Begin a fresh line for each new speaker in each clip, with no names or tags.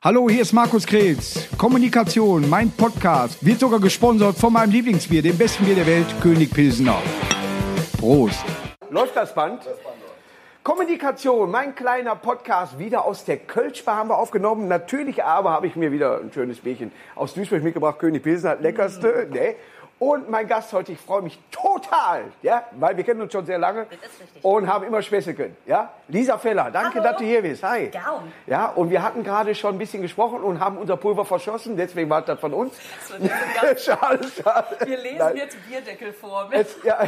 Hallo, hier ist Markus Kretz. Kommunikation, mein Podcast, wird sogar gesponsert von meinem Lieblingsbier, dem besten Bier der Welt, König Pilsener. Prost.
Läuft das Band? Kommunikation, mein kleiner Podcast, wieder aus der Kölschbar haben wir aufgenommen. Natürlich aber habe ich mir wieder ein schönes Bierchen aus Duisburg mitgebracht. König Pilsen hat leckerste. Ne? Und mein Gast heute, ich freue mich total, ja, weil wir kennen uns schon sehr lange
ist richtig.
und haben immer Schwässelken, ja. Lisa Feller, danke,
Hallo.
dass du hier bist. Hi.
Gaum.
Ja, und wir hatten gerade schon ein bisschen gesprochen und haben unser Pulver verschossen, deswegen war das von uns.
Das wird ganz-
schade, schade.
Wir lesen
Nein.
jetzt Bierdeckel vor.
Es, ja,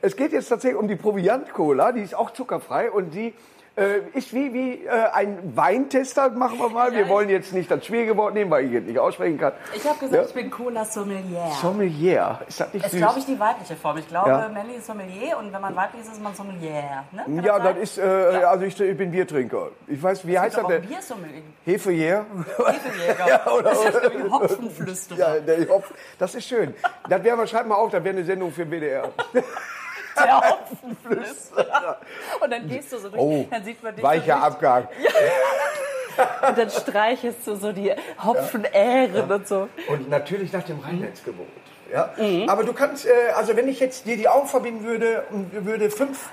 es geht jetzt tatsächlich um die Proviant-Cola, die ist auch zuckerfrei und die äh, ist wie, wie äh, ein Weintester, machen wir mal. Wir
Vielleicht.
wollen jetzt nicht das schwierige Wort nehmen, weil ich es nicht aussprechen kann.
Ich habe gesagt, ich bin Cola Sommelier.
Sommelier, ist das nicht
Das ist,
süß?
glaube ich, die weibliche Form. Ich glaube,
Ja.
männlich ist Sommelier und wenn man weiblich ist, ist man Sommelier. Ne? Kann
ja,
sein?
das ist, äh, also ich, ich bin Biertrinker. Ich weiß, wie heißt
Ist
das
aber auch
denn?
Bier Sommelier.
Hefeyer?
Hefejäger.
Ja, oder-
das ist nämlich Hopfenflüsterer.
Ja, der Hopf, das ist schön. Das wäre, mal- schreib mal auf, das wäre eine Sendung für WDR.
Der Hopfenflüsterer. Und dann gehst du so durch,
Oh,
dann sieht man dich so
Weicher
durch,
Abgang.
und dann streichelst du so die Hopfenähren und so.
Und natürlich nach dem Reinheitsgebot. Ja?
Mhm.
Aber du kannst, äh, also wenn ich jetzt dir die Augen verbinden würde und würde fünf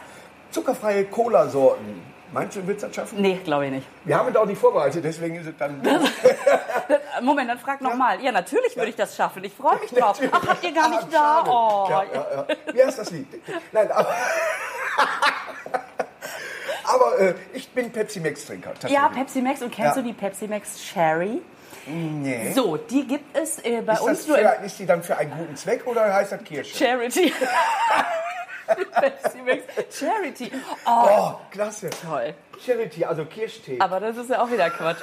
zuckerfreie Cola-Sorten, meinst du, würdest du das schaffen?
Nee, glaube ich nicht.
Wir haben es auch nicht vorbereitet, deswegen ist es dann...
Moment, dann frag nochmal. Ja, natürlich würde ich das schaffen. Ich freue mich drauf. Ach, habt ihr gar nicht da?
Ah, Schade.
Oh,
Ja, ja, ja. Wie heißt das Lied? Nein, aber... aber äh, ich bin Pepsi-Max-Trinker. tatsächlich.
Ja, Pepsi Max. Und kennst
Ja.
du die Pepsi Max Sherry?
Nee.
So, die gibt es äh, bei
Ist, das
uns nur im
für, ist die dann für einen guten Zweck oder heißt das Kirsche?
Charity. Pepsi Max Charity. Oh,
Oh, klasse.
toll.
Charity, also Kirschtee.
Aber das ist ja auch wieder Quatsch.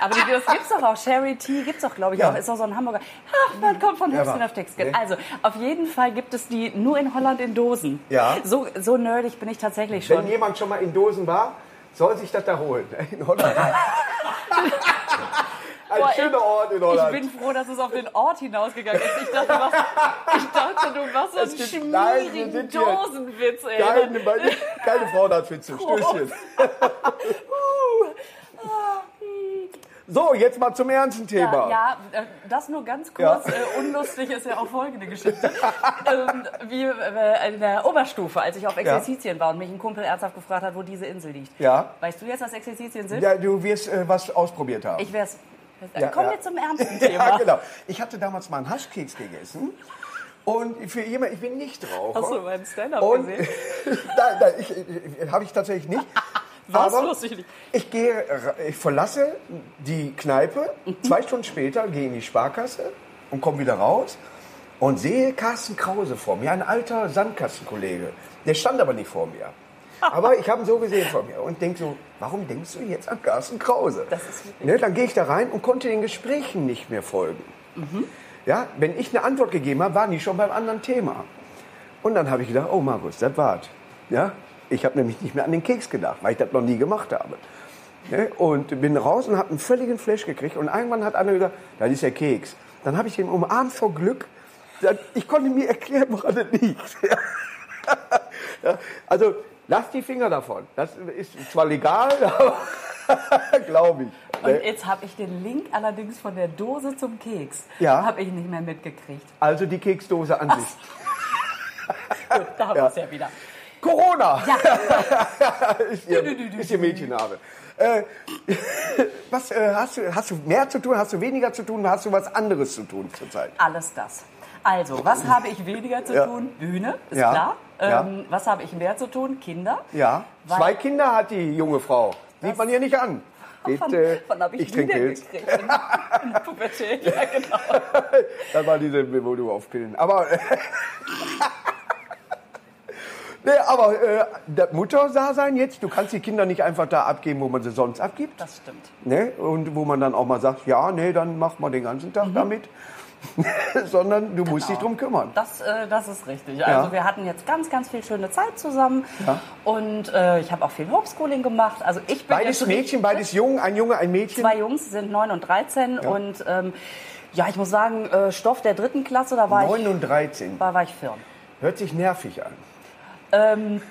Aber die, das gibt's doch auch. Charity gibt's doch, glaube ich,
Ja.
auch. Ist doch so ein Hamburger. Ach, man kommt von Höchstgen
aber-
auf Textgen.
ne?
Also, auf jeden Fall gibt es die nur in Holland in Dosen.
Ja.
So, so nerdig bin ich tatsächlich
Wenn
schon.
jemand schon mal in Dosen war, soll sich das da holen. In Holland. Ein
Boah,
schöner Ort in
Ich
Holland.
bin froh, dass es auf den Ort hinausgegangen ist. Ich dachte, was, ich dachte du machst so einen
Es gibt- nein, wir
schmierigen
sind hier-
Dosenwitz, ey.
keine, meine- keine Frau hat Witze. Stößchen. So, jetzt mal zum ernsten Thema.
Ja, ja, äh, das nur ganz kurz. Äh, unlustig ist ja auch folgende Geschichte. ähm, wie äh, in der Oberstufe, als ich auf Exerzitien war und mich ein Kumpel ernsthaft gefragt hat, wo diese Insel liegt.
Ja.
Weißt du jetzt, was Exerzitien sind?
Ja, du wirst äh, was ausprobiert haben.
Hm? Ich wär's.
Ja,
Kommen
ja.
wir zum ernsten Thema.
Ja, genau. Ich hatte damals mal einen Haschkeks gegessen. Und für jemand, ich bin nicht Raucher.
Hast du meinen Stand-up
Und
gesehen?
nein, nein, ich, ich, habe ich tatsächlich nicht.
War's
Aber
lustig nicht.
Ich gehe, ich verlasse die Kneipe. Zwei Stunden später gehe in die Sparkasse und komme wieder raus und sehe Carsten Krause vor mir, ein alter Sandkastenkollege. Der stand aber nicht vor mir. Aber ich habe ihn so gesehen vor mir und denke so, warum denkst du jetzt an Carsten Krause?
Das ist wirklich-
ne, dann gehe ich da rein und konnte den Gesprächen nicht mehr folgen. Ja, wenn ich eine Antwort gegeben habe, waren die schon beim anderen Thema. Und dann habe ich gedacht, oh Markus, das war's. Ja? Ich habe nämlich nicht mehr an den Keks gedacht, weil ich das noch nie gemacht habe. Ne? Und bin raus und habe einen völligen Flash gekriegt. Und irgendwann hat einer gesagt, das ist der Keks. Dann habe ich ihn umarmt vor Glück. Dann- Ich konnte mir erklären, woran das liegt. ja? Also lasst die Finger davon. Das ist zwar legal, aber glaube ich.
Und
Ne?
jetzt habe ich den Link allerdings von der Dose zum Keks.
Ja.
Habe ich nicht mehr mitgekriegt.
Also die Keksdose an sich.
Gut, da haben wir's ja wieder.
Corona!
Ja.
ist, ihr, ist ihr Mädchenname. Äh, was äh, hast du? Hast du mehr zu tun? Hast du weniger zu tun? Hast du was anderes zu tun zurzeit?
Alles das. Also, was habe ich weniger zu
Ja.
tun? Bühne, ist
Ja.
klar.
Ja.
Ähm, Was habe ich mehr zu tun? Kinder.
Ja.
Weil-
Zwei Kinder hat die junge Frau. Sieht man ihr nicht an.
Von,
Geht, äh,
von habe ich,
ich trinke Pilz.
gekriegt. In der Pubertät, ja genau.
Das war diese, wo du auf Pillen. Aber. äh, Nee, aber äh, das Mutterdasein jetzt, du kannst die Kinder nicht einfach da abgeben, wo man sie sonst abgibt.
Das stimmt.
Ne? Und wo man dann auch mal sagt, ja, nee, dann macht man den ganzen
Mhm.
Tag damit. Sondern du musst
Genau.
dich drum kümmern.
Das, äh, das ist richtig. Also wir hatten jetzt ganz, ganz viel schöne Zeit zusammen. Und äh, ich habe auch viel Homeschooling gemacht. Also ich bin
Beides
jetzt
Mädchen, beides Jung, ein Junge, ein Mädchen.
zwei Jungs, sind 9 und 13. Und ähm, ja, ich muss sagen, äh, Stoff der dritten Klasse, da war
9
ich,
und 13.
war, war ich firm.
Hört sich nervig an.
Ähm,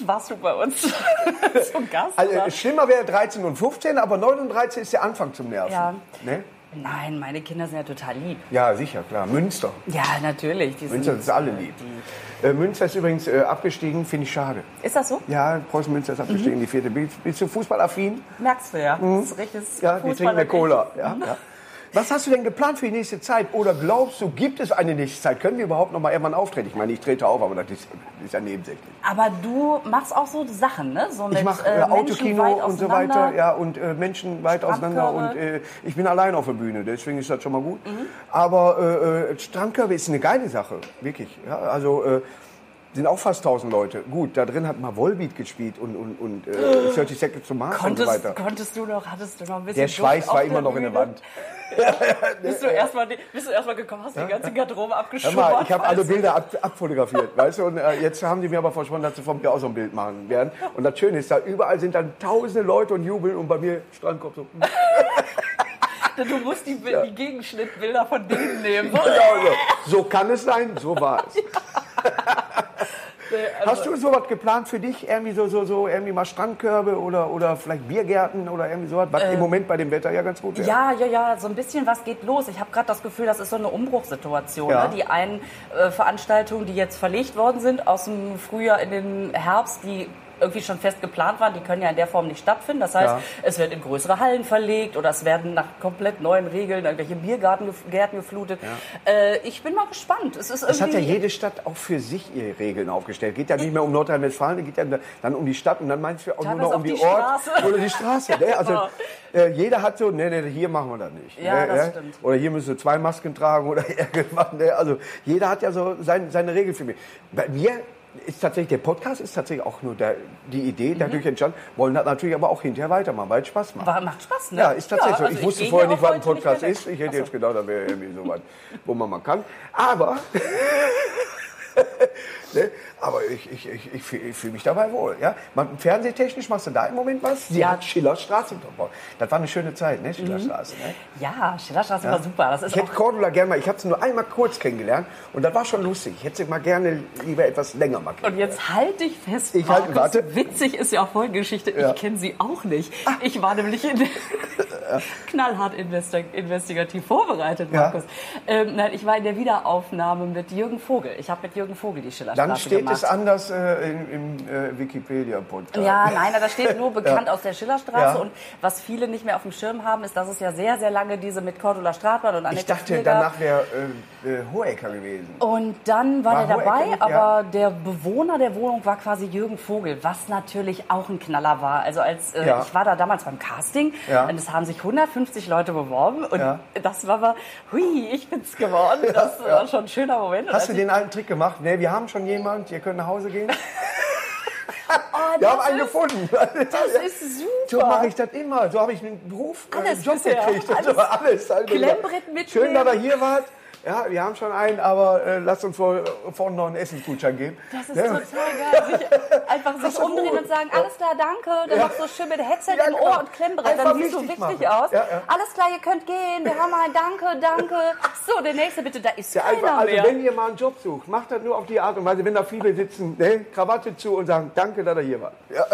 warst du bei uns zum Gast? oder?
Also, schlimmer wäre 13 und 15, aber 9 und 13 ist der Anfang zum Nerven.
Ja.
Ne?
Nein, meine Kinder sind ja total lieb.
ja, sicher, klar. Münster.
Ja, natürlich. Die
Münster
sind,
ist alle lieb.
Mhm.
Äh, Münster ist übrigens äh, abgestiegen, finde ich schade.
ist das so?
Ja, Preußen Münster ist abgestiegen,
Mhm.
in die vierte. Bist, bist du fußballaffin?
Merkst du ja. Das ist richtiges
Mhm. Ja, die trinken mehr
Fußballer-
Cola. Ja, ja. Was hast du denn geplant für die nächste Zeit? Oder glaubst du, gibt es eine nächste Zeit? Können wir überhaupt noch mal irgendwann auftreten? Ich meine, ich trete auf, aber das ist, das ist ja nebensächlich.
Aber du machst auch so Sachen, ne? So mit,
Ich mache
äh,
äh,
Menschen weit
Autokino und so
auseinander.
weiter, ja, und äh, Menschen weit auseinander. Und äh, ich bin allein auf der Bühne, deswegen ist das schon mal gut.
Mhm.
Aber äh, äh, Strandkörbe ist eine geile Sache, wirklich. Ja, also äh, sind auch fast 1000 Leute. Gut, da drin hat mal Volbeat gespielt und, und, und äh, 30 Seconds to Mars und so
Konntest,
weiter.
konntest du noch, hattest du noch ein bisschen
Der Schweiß
Duft auf
war immer
der
noch in der
Bühne?
Wand.
Bist du erstmal erst gekommen, hast die ganze Garderobe
Hör
abgeschoben?
mal, ich also habe alle Bilder ab, abfotografiert, weißt du? Und äh, jetzt haben die mir aber versprochen, dass sie von mir auch so ein Bild machen werden. Und das Schöne ist, da überall sind dann tausende Leute und jubeln und bei mir Strandkorb so. hm,
Du musst die, Bi- die Gegenschnittbilder von denen nehmen.
genau so. so kann es sein, so war es.
Nee, also-
Hast du so was geplant für dich? Irgendwie so, so, so irgendwie mal Strandkörbe oder, oder vielleicht Biergärten oder irgendwie sowas? Was im Moment bei dem Wetter ja ganz gut wäre.
Ja, ja, ja, so ein bisschen was geht los. Ich habe gerade das Gefühl, das ist so eine Umbruchssituation.
Ja.
Ne? Die einen äh, Veranstaltungen, die jetzt verlegt worden sind aus dem Frühjahr in den Herbst, die irgendwie schon fest geplant waren, die können ja in der Form nicht stattfinden. Das heißt,
Ja.
es wird in größere Hallen verlegt oder es werden nach komplett neuen Regeln irgendwelche Biergärten Gärten geflutet. Äh, ich bin mal gespannt. Es ist
Es hat ja
irgendwie
jede Stadt auch für sich ihre Regeln aufgestellt. Geht ja nicht mehr um Nordrhein-Westfalen, geht ja dann um die Stadt und dann meinst du auch nur
Teilweise
noch um
auch
die,
die
Ort
Straße. Genau.
oder die Straße. Ne? Also äh, jeder hat so, nee, nee, hier machen wir das nicht.
Ja,
ne?
das
ne?
stimmt.
Oder hier müssen wir zwei Masken tragen oder irgendwas. Ne? Also jeder hat ja so sein, seine Regel für mich. Bei mir ist tatsächlich, der Podcast ist tatsächlich auch nur der, die Idee,
Mhm.
dadurch entstanden, wollen das natürlich aber auch hinterher weitermachen, weil es Spaß macht.
War- macht Spaß, ne?
Ja, ist tatsächlich
Ja,
so.
also
Ich wusste
gehe
vorher
hier
nicht,
auch
was ein
heute nicht
Podcast
mehr weg.
ist. Ich hätte jetzt gedacht, da wäre irgendwie so was, wo man mal kann. Aber, ne, aber ich, ich, ich, ich fühle fühl mich dabei wohl. Ja? Man, fernsehtechnisch machst du da im Moment was? Sie
Ja. Mhm.
hat Schillerstraße im Topbau. Das war eine schöne Zeit, ne? Schillerstraße. Ne?
Ja, Schillerstraße war super. Das ist
Ich hätte
auch,
Cordula gerne mal, ich habe sie nur einmal kurz kennengelernt und das war schon lustig. Ich hätte sie mal gerne lieber etwas länger mal
und
kennengelernt.
jetzt halt dich fest,
Ich halt-
Markus.
warte.
Witzig ist ja auch folgende Geschichte.
Ja. Ah.
Ich kenne sie auch nicht. Ich war nämlich in knallhart investi investigativ vorbereitet,
Ja.
Markus. Ähm, nein, ich war in der Wiederaufnahme mit Jürgen Vogel. Ich habe mit Jürgen Vogel die Schillerstraße
Dann steht
gemacht.
es anders äh, in- im äh, Wikipedia-Podcast.
Ja, nein, da steht nur bekannt
Ja.
aus der Schillerstraße.
Ja.
Und was viele nicht mehr auf dem Schirm haben, ist, dass es ja sehr, sehr lange diese mit Cordula Stratmann und Annette
Ich dachte,
Pfleger-
danach wäre äh, äh, Hohecker gewesen.
Und dann war,
War
der dabei,
Hohecker,
aber
ja.
der Bewohner der Wohnung war quasi Jürgen Vogel, was natürlich auch ein Knaller war. Also als äh,
Ja.
ich war da damals beim Casting
Ja.
und es haben sich 150 Leute beworben und
Ja.
das war mal, hui, ich bin's geworden. Das war schon ein schöner Moment. Und
Hast du
als
den alten Trick gemacht? Ne, wir haben schon jemand, ihr könnt nach Hause gehen.
ich, oh,
Wir haben
das,
einen
ist,
gefunden.
das ist
So
super.
mache ich das immer. So habe ich einen Beruf, äh,
Alles
einen Job
bisher.
gekriegt.
Alles.
Also alles. Also,
Klemmbrett mitnehmen.
Schön, dass ihr hier wart. Ja, wir haben schon einen, aber äh, lasst uns vor, vorne noch einen Essensgutschein geben.
Das ist
Ne?
total geil. Sich, einfach
Das
sich
ist
umdrehen
gut.
und sagen, alles klar, danke. Dann
Ja.
machst du schön mit Headset
Ja,
im
genau.
Ohr und Klemmbrett.
Einfach
Dann siehst du
wichtig
wichtig
machen.
aus.
Ja, ja.
Alles klar, ihr könnt gehen. Wir haben ein Danke, danke. So, der nächste bitte. Da ist
Ja,
keiner
einfach, also
mehr.
wenn ihr mal einen Job sucht, macht das nur auf die Art und Weise, wenn da viele sitzen, ne, Krawatte zu und sagen, danke, dass er hier war. Ja.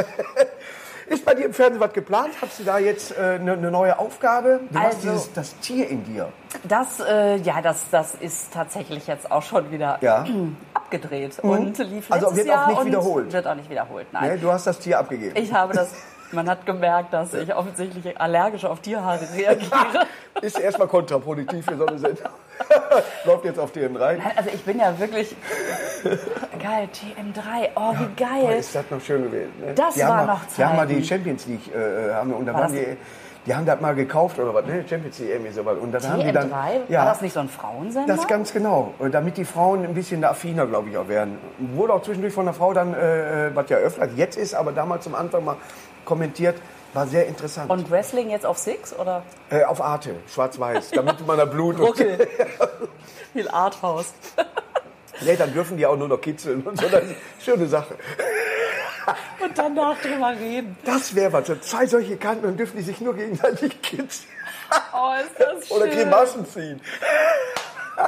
Ist bei dir im Fernsehen was geplant? Hast du da jetzt eine äh, ne- ne neue Aufgabe? Du hast
Also-
dieses, das Tier in dir. Ne,
Das, äh, ja, das, das ist tatsächlich jetzt auch schon wieder
Ja.
abgedreht und lief letztes
Also wird auch
Jahr
nicht
und
wiederholt.
Wird auch nicht wiederholt, nein.
Ne, du hast das Tier abgegeben.
Ich habe das, man hat gemerkt, dass ich offensichtlich allergisch auf Tierhaare reagiere.
Ist erstmal kontraproduktiv für so eine Sendung. Läuft jetzt auf TM3.
Nein, also ich bin ja wirklich geil, TM3, oh wie
Boah,
geil.
ist das noch schön gewesen. Ne?
Das
haben
war
mal,
noch
Die haben mal
Zeiten.
die Champions League, äh, haben, und da
War
waren
das
die, die haben das mal gekauft oder was, ne? Champions League irgendwie sowas. Und dann haben die dann,
TM3,
ja,
war das nicht so ein Frauensender?
Das ganz genau, Und damit die Frauen ein bisschen affiner, glaube ich, auch werden. Wurde auch zwischendurch von einer Frau dann, äh, was ja öfter jetzt ist, aber damals zum Anfang mal kommentiert, war sehr interessant.
und Wrestling jetzt auf Six oder
äh, auf Arte, schwarz-weiß, damit man da Blut und
Okay. viel Arthouse?
nee, dann dürfen die auch nur noch kitzeln und so. Das ist eine schöne Sache.
Und danach drüber reden.
Das wäre was. So Zwei solche Kanten und dürfen die sich nur gegenseitig kitzeln
Oh, ist das schön.
oder Grimassen ziehen.
Oh,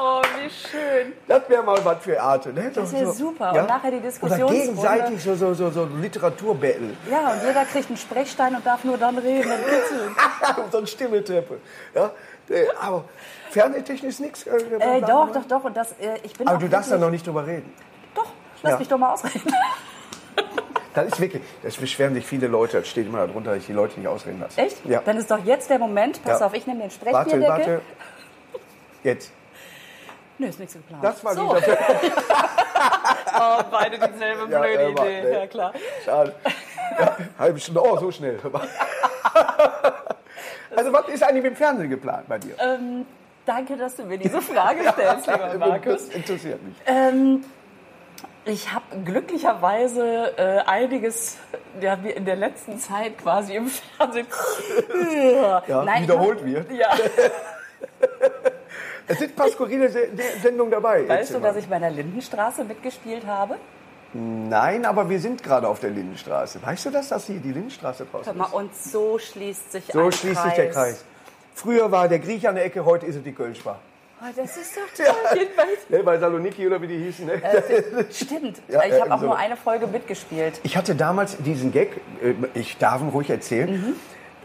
Oh, wie schön.
Das wäre mal was für Arte. Ne?
Das wäre super. Und nachher die Diskussion.
Oder gegenseitig so, so, so, so Literaturbattle.
Ja, und jeder kriegt einen Sprechstein und darf nur dann reden und kitzeln.
so ein Stimmeltreppe. Ja? Äh, Aber fernetechnisch ist nichts.
Äh, doch, doch, doch. Und das, äh, ich bin
Aber
auch
du darfst da
wirklich-
noch nicht drüber reden.
Doch, lass
Ja.
mich doch mal ausreden.
Das ist wirklich, das beschweren sich viele Leute. Das steht immer darunter, dass ich die Leute nicht ausreden lasse.
Echt?
Ja.
Dann ist doch jetzt der Moment. Pass
Ja.
auf, ich nehme den
Warte,
Sprechbierdeckel.
warte. Jetzt.
Nö, ist nichts geplant.
Das war
so.
nicht dafür.
Oh, beide dieselbe
Ja,
blöde
ja, war-
Idee.
nee.
Ja, klar.
Schade. Ja, halbe Stunde. Oh, so schnell. Also was ist eigentlich mit dem Fernsehen geplant bei dir?
Ähm, danke, dass du mir diese Frage stellst, lieber Markus.
Das interessiert mich.
Ähm, ich habe glücklicherweise äh, einiges ja, mir in der letzten Zeit quasi im Fernsehen.
Ja,
ich
wiederholt
hab-
wird.
Ja,
Es sind ein paar skurrile Se Se- Sendungen dabei.
weißt du,
Erzähl mal.
dass ich bei der Lindenstraße mitgespielt habe?
Nein, aber wir sind gerade auf der Lindenstraße. Weißt du das, dass hier die Lindenstraße draußen
Guck mal,
ist?
Und so schließt sich
So
ein
schließt sich der Kreis. Früher war der Griech an der Ecke, heute ist es die Kölschbar.
Oh, das ist doch toll. Jedenfalls.
Ne, bei Saloniki oder wie die hießen. Ne?
Stimmt.
Ja,
ich habe
ja,
auch
so.
nur eine Folge mitgespielt.
Ich hatte damals diesen Gag, äh, ich darf ihn ruhig erzählen.
Mhm.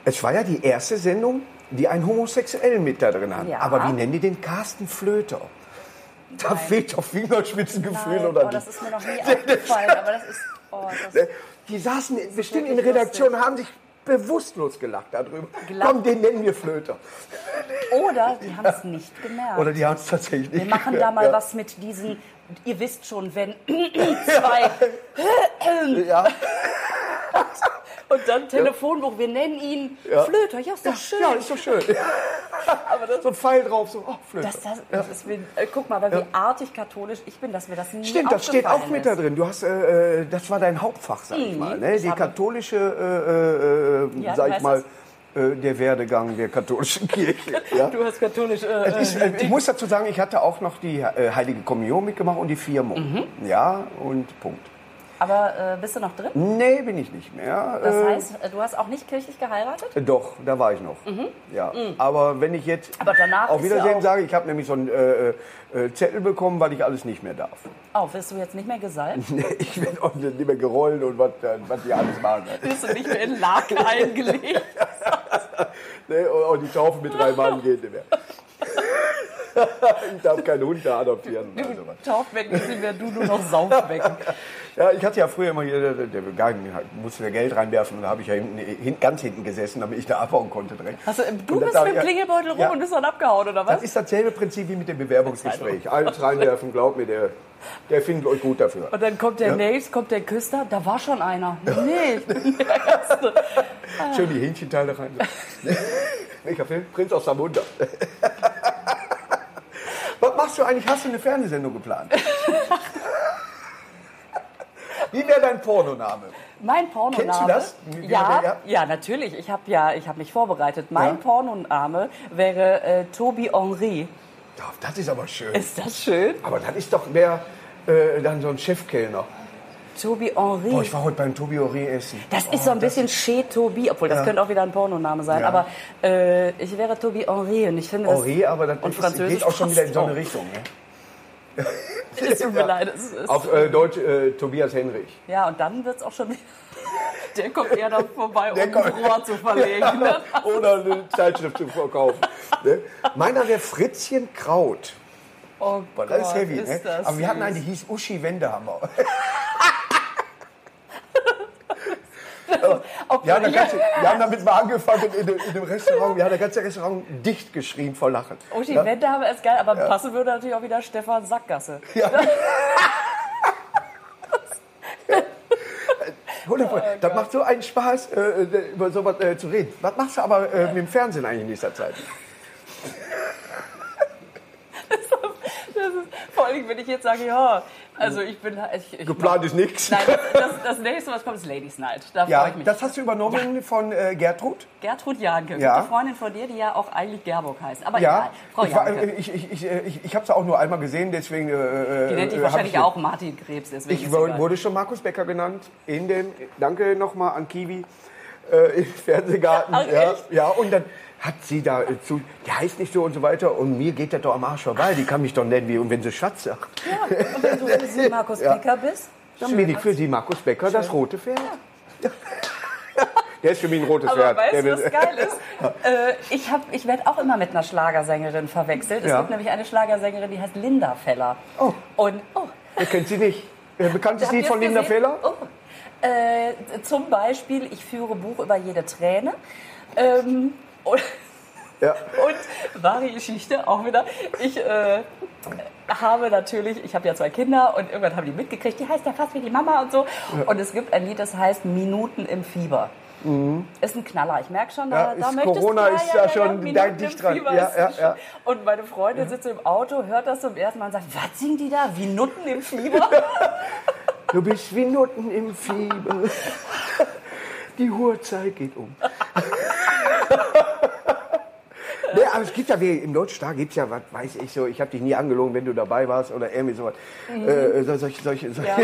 Es war ja die erste Sendung, die einen Homosexuellen mit da drin hat.
Ja.
Aber wie nennen die den? Carsten Flöter. Da fehlt doch Fingerspitzengefühl
Nein,
oder
oh, das
nicht.
ist mir noch nie aufgefallen, aber das ist. Oh, das,
Die saßen bestimmt in
wirklich
Redaktion und haben sich bewusstlos gelacht darüber.
Gelacht.
Komm, den nennen wir Flöter.
oder die haben es nicht gemerkt.
Oder die haben es tatsächlich
wir machen da mal was mit diesen, ihr wisst schon, wenn zwei
Ja.
und dann Telefonbuch, wir nennen ihn
Ja.
Flöter, ja, ist doch schön.
ja, ist doch schön. so ein Pfeil drauf, so, oh, Flöter.
Das, das, das ist mir, äh, guck mal, weil wie artig katholisch ich bin, dass mir das nie
Stimmt, das steht auch
aufgefallen
mit
ist.
da drin. Du hast, äh, äh, das war dein Hauptfach, sag ich mal. Ne?
das
Die
hab Mhm, ich.
katholische, äh, äh, äh,
Ja,
sag
du
ich
weißt
mal, äh, der Werdegang der katholischen Kirche. Ja?
Du hast katholisch. Äh,
Es ist, äh, ich muss dazu sagen, ich hatte auch noch die äh, Heilige Kommunion mitgemacht und die Firmung.
Mhm.
Ja, und Punkt.
aber äh, bist du noch drin?
Nee, bin ich nicht mehr.
Das
Äh,
heißt, äh, du hast auch nicht kirchlich geheiratet?
Doch, da war ich noch. Ja. Aber wenn ich jetzt
Mhm. Aber danach
auf
ist ja
Wiedersehen
auch-
sage, ich habe nämlich so einen äh, äh, Zettel bekommen, weil ich alles nicht mehr darf.
Oh, wirst du jetzt nicht mehr gesalbt?
Nee, ich werde auch nicht mehr gerollt und was, äh, was die alles machen.
Wirst du nicht mehr in Laken eingelegt?
Nee, und auch die Taufe mit drei Mann geht nicht mehr. ich darf keinen Hund da adoptieren. Also, oder sowas.
Taufbecken ist nicht mehr du, nur noch Saufbecken.
Ja, ich hatte ja früher immer hier, der, der Geheim, musste da Geld reinwerfen und da habe ich ja hinten, hin, ganz hinten gesessen, damit ich da abhauen konnte direkt.
Also, du
Und das
bist
hab
mit dem
ich ja-
Klingelbeutel rum
ja.
und bist dann abgehauen, oder
Das
was?
ist dasselbe Prinzip wie mit dem Bewerbungsgespräch. Alles reinwerfen, glaubt mir, der, der findet euch gut dafür.
Und dann kommt der Nächste, kommt der Küster, da war schon einer. Nee, der Erste.
Schön die Hähnchenteile rein. Welcher Film? Prinz aus Samunda. Was machst du eigentlich? Hast du eine Fernsehsendung geplant? Wie wäre dein Pornoname?
Mein Pornoname.
Kennst du das? Wie
Ja,
der-
ja. natürlich. Ich habe ja, ich hab mich vorbereitet. Mein
Ja.
Pornoname wäre äh, Tobi Henri.
Ja, Das ist aber schön.
Ist das schön?
Aber das ist doch mehr äh, dann so ein Chefkellner.
Tobi
Boah,
Henri.
ich war heute beim Tobi Ori essen.
Das
oh,
ist so ein bisschen Chez Tobi, obwohl das
Ja.
könnte auch wieder ein Pornoname sein.
Ja.
Aber äh, ich wäre Tobi Henri und ich finde das
Ori, aber das
Und
ist,
Französisch
geht auch schon wieder in so eine
passt
Richtung. Ne?
Es tut mir leid. Es ist,
Auf äh, Deutsch äh, Tobias Henrich.
ja, und dann wird es auch schon. Der kommt eher da vorbei, um
Der
ein
kommt-
Rohr zu verlegen. Ne?
Oder eine Zeitschrift zu verkaufen. Ne? Meiner wäre Fritzchen Kraut.
Oh
Boah,
Gott,
das ist heavy, ne?
das
Aber wir hatten eine,
süß.
die hieß Uschi Wendehammer.
Obwohl-
Wir haben, da ganze, wir haben damit mal angefangen in dem, in dem Restaurant. Wir haben das ganze Restaurant dicht geschrien vor Lachen.
Uschi
Ja?
Wende Oh, haben wir es geil, aber passen würde natürlich auch wieder Stefan Sackgasse.
Ja. Hundert Pro- das macht so einen Spaß, äh, äh, über sowas äh, zu reden. Was machst du aber äh, mit dem Fernsehen eigentlich in nächster Zeit?
Das ist, vor allem, wenn ich jetzt sage, ja, also ich bin. Ich, ich,
Geplant ist nichts.
Nein, das, das, das nächste, was kommt, ist Ladies Night. Da freue
Ja,
ich mich.
das hast du übernommen von äh, Gertrud.
Gertrud Jahnke,
Ja.
gute Freundin von dir, die ja auch eigentlich Gerburg heißt. Aber
Ja,
egal, Frau
ich, war,
Jahnke.
ich, ich, ich, äh, ich, ich habe es auch nur einmal gesehen, deswegen. Äh,
Die nennt dich
äh,
wahrscheinlich
hab
auch Martin Krebs, deswegen
Ich
ist
wurde,
egal.
wurde schon Markus Becker genannt. In dem, danke nochmal an Kiwi äh, im Fernsehgarten.
Ach,
ja,
echt?
ja, und dann hat sie da äh, zu, der heißt nicht so und so weiter und mir geht das doch am Arsch vorbei, die kann mich doch nennen wie, und wenn sie Schatz sagt,
Ja, und wenn du für sie Markus
Ja.
Becker bist,
dann bin ich für sie Markus Becker das rote Pferd. der ist für mich ein rotes
Aber
Pferd.
weißt
Der
du,
will-
was geil ist? Äh, ich hab- ich werde auch immer mit einer Schlagersängerin verwechselt. Es
Ja.
gibt nämlich eine Schlagersängerin, die heißt Linda Feller.
Oh.
Und, oh,
Ihr kennt sie nicht. Äh, Bekanntes
habt
Lied
ihr's
von Linda
gesehen?
Feller?
Oh. Äh, zum Beispiel, ich führe Buch über jede Träne. Ähm, und,
Ja.
und wahre Geschichte auch wieder. Ich äh, habe natürlich, ich habe ja zwei Kinder und irgendwann haben die mitgekriegt, die heißt ja fast wie die Mama und so. Und es gibt ein Lied, das heißt Minuten im Fieber. Ist ein Knaller, ich merke schon,
Mhm. Ja,
da, da
ist-
möchtest
Corona
du,
ist da schon
Minuten
da
im
dicht dran.
Fieber
Ja,
ist
ja, ja.
Und meine Freundin sitzt im Auto, hört das zum ersten Mal und sagt, was singen die da? Wie Nutten im Fieber?
Du bist wie Nutten im Fieber. Die Uhrzeit geht um. nee, aber es gibt ja wie im Notstar gibt es ja was, weiß ich so, ich habe dich nie angelogen, wenn du dabei warst oder irgendwie sowas. Äh, so- solche, solche, solche.
Ja.